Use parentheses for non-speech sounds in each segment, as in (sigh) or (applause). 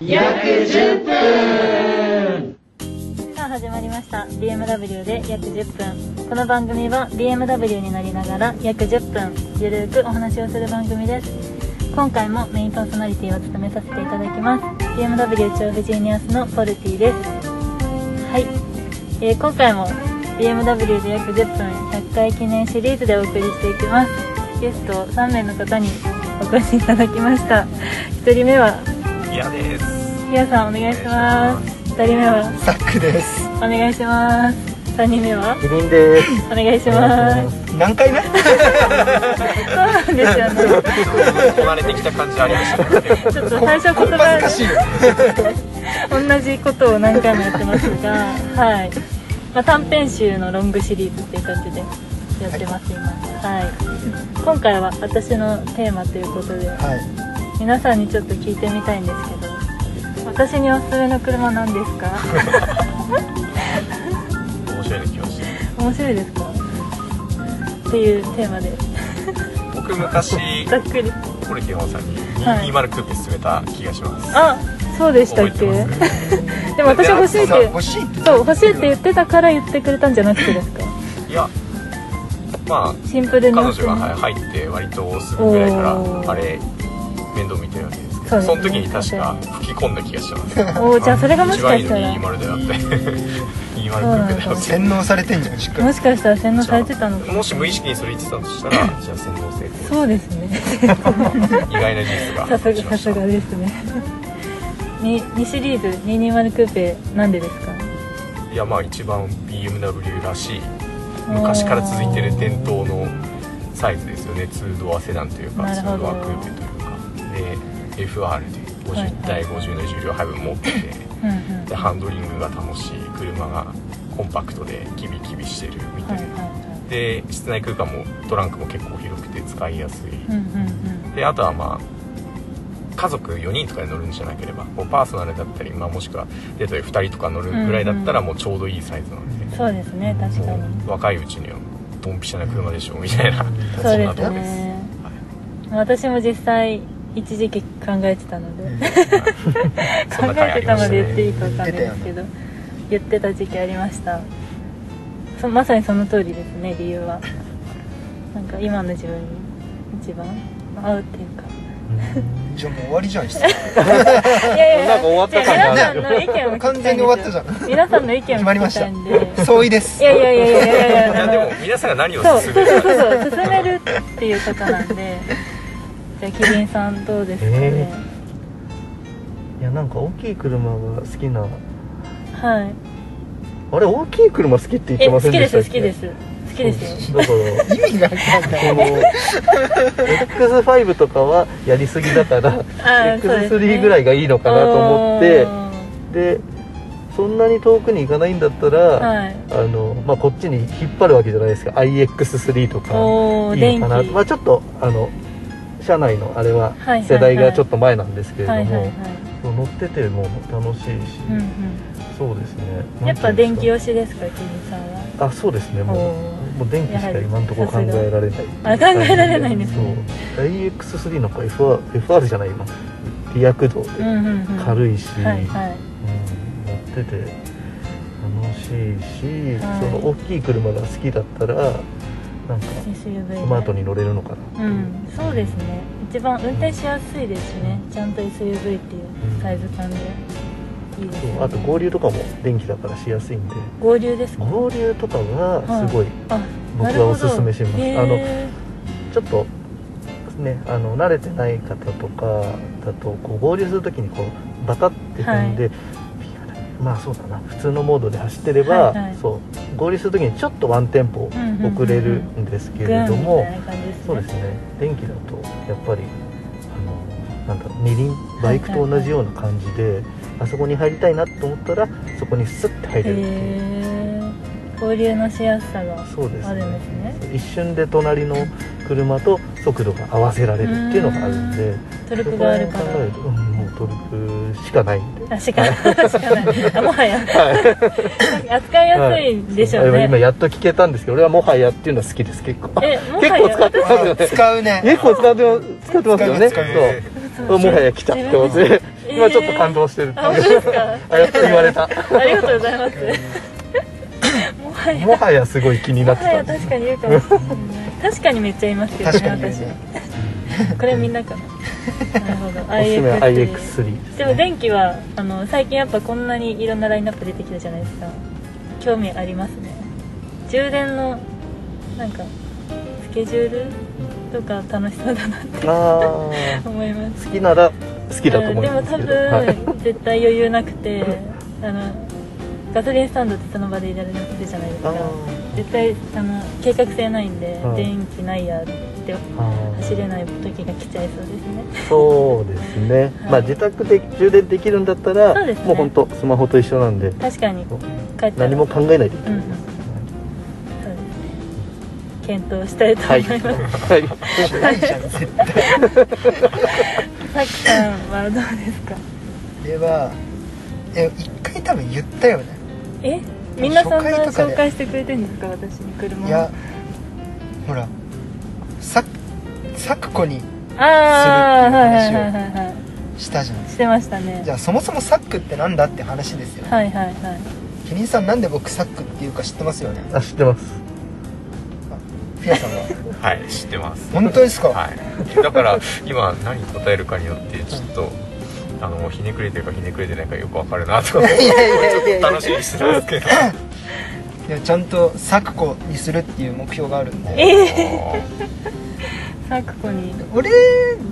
約10分さあ始まりました BMW で約10分この番組は BMW になりながら約10分ゆるーくお話をする番組です今回もメインパーソナリティを務めさせていただきます BMW 調布ジーニアスのポルティですはい、えー今回も BMW で約10分100回記念シリーズでお送りしていきますゲスト3名の方にお越しいただきました1人目は嫌ですヒヤさんお願いします2人目はサックですお願いします。三人目はキリンです。お願いします。何回 (laughs) 目そうなんですよね。生まれてきた感じありましたねちょっと最初言葉が同じことを何回もやってますが、はい。まあ短編集のロングシリーズっていう感じでやってます今。はい。今回は私のテーマということで、はい。皆さんにちょっと聞いてみたいんですけど、私におすすめの車なんですか？面白いね気がして面白いですか？っていうテーマで僕昔ざっくり。ポルティオンさんにはい209って勧めた気がしますあ、そうでしたっけ？覚えてますでも私欲しいっさあて欲しいって。そう欲しいって言ってたから言ってくれたんじゃなくてですかいやまあシンプルに彼女がはい入って割とすぐぐらいおからーあれ面倒見てるわけですけそうどですねその時に確か吹き込んだ気がしますおおじゃあそれがもしか一し番たいいのらもに20だよって209だよって洗脳されてんじゃん。しっかり。しかしたら洗脳されてたのかもし無意識にそれ言ってたとしたらじゃあ洗脳成功そうですね意外な事実がさすがしまさしたすがですねに2シリーズ220クーペなんでですかいやまあ一番 BMW らしい昔から続いてる伝統のサイズですよね2ドアセダンというかなる2ほどドアクーペというかで FR ではいはい50対50の重量配分持っててうんうんでハンドリングが楽しい車がコンパクトでキビキビしてるみはたいいはいなはで室内空間もトランクも結構広くて使いやすいうんいうんうんであとはまあ家族4人とかで乗るんじゃなければもうパーソナルだったり、まあ、もしくはデートで2人とか乗るぐらいだったらもうちょうどいいサイズなんで、そうですね確かもにう若いうちにはドンピシャな車でしょみたいなそうなでとすこですねは私も実際一時期考えてたので考そんな回えあてりたまのでした言っねていいかわかんないですけど言ってた時期ありましたそまさにその通りですね理由はなんか今の自分に一番合うっていうかじゃあもう終わりじゃん。質問いやいやなんか終わった感が皆さんの意見を聞きたいんですよ完全に終わったじゃん。皆さんの意見を決まり聞まきしたいんでた。相違です。いやいやいやいやいやいやいやでも皆さんが何をそう勧そうめそうそるかう進めるっていうことなんでじゃあキリンさんどうですかね、いやなんか大きい車が好きなはいあれ大きい車好きって言っえてま好せきんででしすたっ好きけです好きですよだから意味がわかんない。この X5 とかはやりすぎだから (laughs) あーそうですね X3 ぐらいがいいのかなと思ってでそんなに遠くに行かないんだったら、おーはいあのまあ、こっちに引っ張るわけじゃないですか IX3 とかおおいい電気のかなまあ、ちょっとあの車内のあれははいはい世代がちょっと前なんですけれどはいはいはいもそう乗ってても楽しいし、うんそうですねうんやっぱなんていうん電ですか気推しですか君さんはあそうですねもうおーもう電気しか今のところ考えられないあ考えられないんですそうね IX3 の FR, FR じゃない今リア駆動でうんうんうん軽いし、うんはいはい乗ってて楽しいし、はいその大きい車が好きだったらなんか SUV ねスマートに乗れるのかなっていうう、んそうですね一番運転しやすいですしねちゃんと SUV っていうサイズ感でいいですそねうあと合流とかも電気だからしやすいんで合流ですか合流とかはすごいあ僕なるはほおどすすめします、へあのーちょっとねあの慣れてない方とかだとこう合流するときにこうバタって踏んで、まあそうだな普通のモードで走ってれば、はいはいそう合流するときにちょっとワンテンポうんうんうん遅れるんですけグーれンどみも、たいな感じですねそうですね電気だとやっぱりあのなんだろう二輪バイクと同じような感じで、あそこに入りたいなと思ったらそこにスッて入れるっていう、へー合流のしやすさがそうですあるんでねすね一瞬で隣の車と速度が合わせられるっていうのがあるんで。トルクがあるからそこを考えると、うん、もうトルクしかないんで。あしかないしかないあもはやは扱いやすいんでしょうあね、今やっと聞けたんですけど、俺はもはやっていうのは好きです、結構。えもは結構使やってますよね。使うね。結構使ってます使ってますよね。使いますそう。もはや来たって思って。え今ちょっと感動してるっていうあ本当ですかあやっと言われたありがとうございますもはやもはやすごい気になってもはたやんです確かに言うかもしれない確かにめっちゃいますけどね確かにね私これみんなかななるほどおすすめは IX3 IX3 ですでねも電気はあの最近やっぱこんなにいろんなラインナップ出てきたじゃないですか興味ありますね充電のなんかスケジュールとか楽しそうだなってあ思いますー好きなら好きだと思いうんでもます多けど、はい、分絶対余裕なくてあのガソリンスタンドってその場でいられるじゃないですあか絶対あの計画性ないんで、はい電気ないやってーあー走れない時が来ちゃいそうですねそうですね、はいまあ自宅で充電できるんだったらそうですねもう本当スマホと一緒なんで確かにそう帰ったら何も考えないでいいとうんうん思います、そうですね検討したいと思はいい、ます、はい知らないじゃん絶対さきさんはどうですかではえ一回多分言ったよねえみんなそんな初回とかで紹介してくれてるんですか私に車いやほらささく子にああはいはいはいはいはしたじゃいんしてましたねじゃあそもそもサックってなんだって話ですよはいはいはいキリンさんなんで僕サックっていうか知ってますよねあ知ってますフィアさん (laughs) ははい知ってます本当ですか、はい、だから今何答えるかによってちょっとあのひねくれてるかひねくれてないかよく分かるなとい、やいやいやいや楽しみにしてたんです (laughs) けどいやちゃんとサクコにするっていう目標があるんでえさくこに俺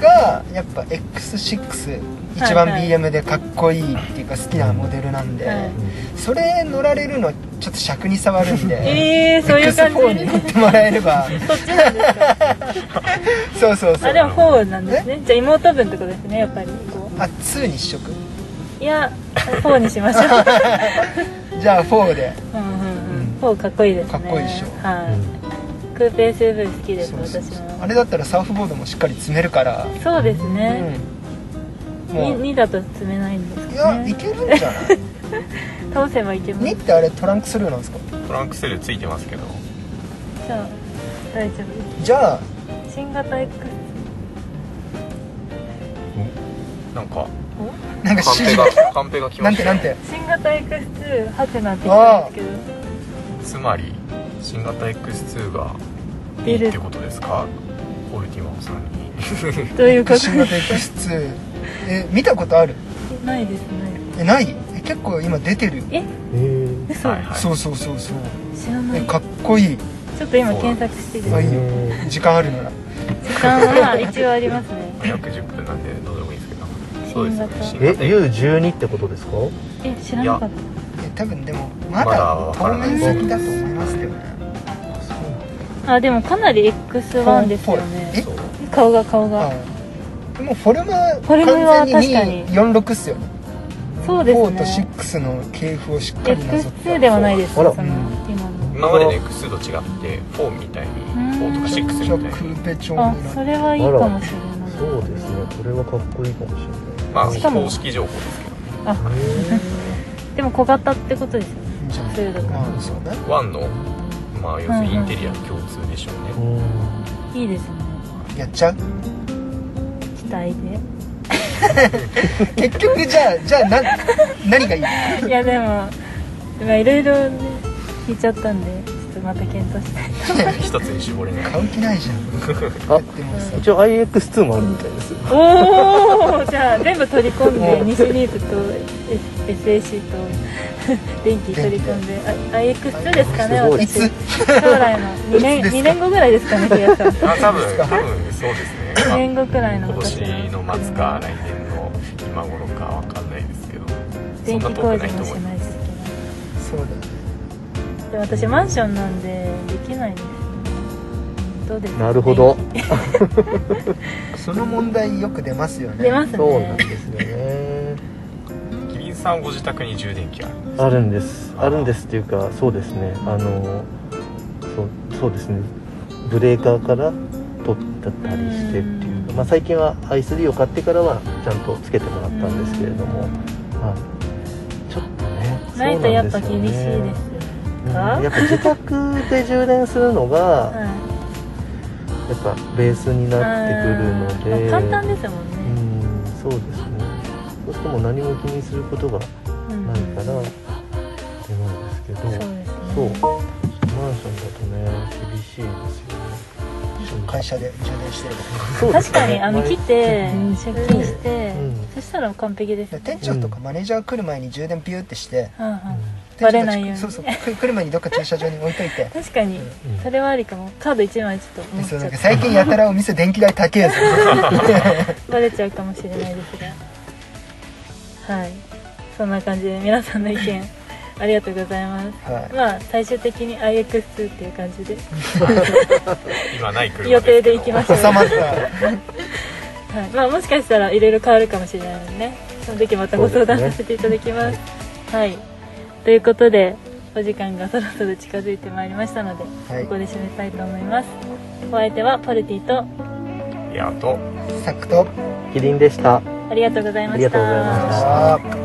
がやっぱ X6 一番はいはい BM でかっこいいっていうか好きなモデルなんで、はいそれ乗られるのちょっと尺に触るんで、 (laughs) えー、そういう感 X4 にじ乗ってもらえ (laughs) ればそっちなんですかそうそうそあうでも4なんですねじゃあ妹分ってことですねやっぱりこあ2にしとくういや4にしましょ (laughs) うじゃあ4でうんうんうん4かっこいいですねかっこいいでしょはうんい、クーペ SUV 好きですそうそうそう私あもれだったらサーフボードもしっかり詰めるから、そうですね、うん、二もう2だと詰めないんですいかやいねけるんじゃない (laughs) 倒せばいけます2ってあれトランクスルーなんですかートランクセルついてますけどじゃあ大丈じゃあ夫です新型 X なんかおなんかカンしペがカンペが来なまんしてたなんて新型 X2 ハテナって言ってますけどつまり新型 X2 がいいってことですかオルティマさんにどういうこ新型 X2 え見たことあるとないですねえないえ結構今出てるよ、ええ嘘、はいはいそうそうそうそう知らなえいかっこいいちょっと今検索していいですあかいいよ時間あるなら時間は一応ありますね約10分なんでどうでもいいですけどそうですよねえ新え型 X2 U12 ってことですか (laughs) え知らなかったえ多分でもままだだわか当らない面先だと思いますけどねあでもかなり X1 ですよえねそう顔が顔あがでもフォルマフォルムは完全に確246っすよねそうです4とね6の系譜をしっかりなぞった、 X2 ではないですあらその今の今までの X2 と違って4みたいに4とか6ちょっみとたいクにーペ調あになってそれはいいかもしれないそうですねこれはかっこいいかもしれないまあしかも公式情報ですけどあでも小型ってことですよねじゃそういうのかあまあそうね1のまあ要するにインテリア共通でしょうね、いいですねやっちゃう期待結局じゃあじゃあな何がいい (laughs) でいやでもまあいろいろね聞いちゃったんでちょっとまた検討したい一つに絞れ (laughs) ない買う気ないじゃん (laughs) あでもさ一応 IX2 もあるみたいですおおじゃあ全部取り込んでうん2シリーズと S- SAC と (laughs) 電気取り込んであ IX2 ですかねすごいい私つ将来の2年いつですか2年後ぐらいですかね (laughs) ひやさん2あ多 (laughs) 分多分 (laughs) そうですね、まあ年後くらいの今私年の末か来年の今頃かわかんないですけどそん電な気工遠事くないともし思いまないといそうだよけないで私マンションなんでできないですどうですかなるほどその問題よく出ますよね出ますそうなんねですよねすキリンさんご自宅に充電器あるあるんですあるんですっていうかそうですねあのそうそうですねブレーカーから取ってたりしてっていうか、まあ、最近は i3 を買ってからはちゃんとつけてもらったんですけれども、はいちょっとねないとやっぱ厳しいですそうよなねんすよねうんやっぱ自宅で充電するのがやはっぱベースにいなってくるので簡単ですもんうねんそうですねそうすとも何も気にすることがうんないからそうってなんですけどですねそうマンションだとね厳しいですよね会社で充電してるとかそうです確ねかにあの毎来て出勤して、うんそしたら完璧ですでね店長とかマネージャー来る前に充電ピューってして、うんうんバ店長たちレないようにそうそう来来る前にどっか駐車場に置い (laughs) といて確かに、それはありかもカード1枚ちょっと持でっちそうゃなんうか最近やたらお店電気代高えぞ (laughs) バレちゃうかもしれないですがはいそんな感じで皆さんの意 (laughs) 見ありがとうございますはいまあ最終的に IX2 っていう感じで今ない車予定で行きまししょう、収まはったいまあ、もしかしたらいろいろ変わるかもしれないのでねその時またご相談そうさでせすねていただきますはいということでお時間がそろそろ近づいてまいりましたので、はいここで締めたいと思いますお相手はポルティといやあとサクッとキリンでしたありがとうございましたありがとうございましあたー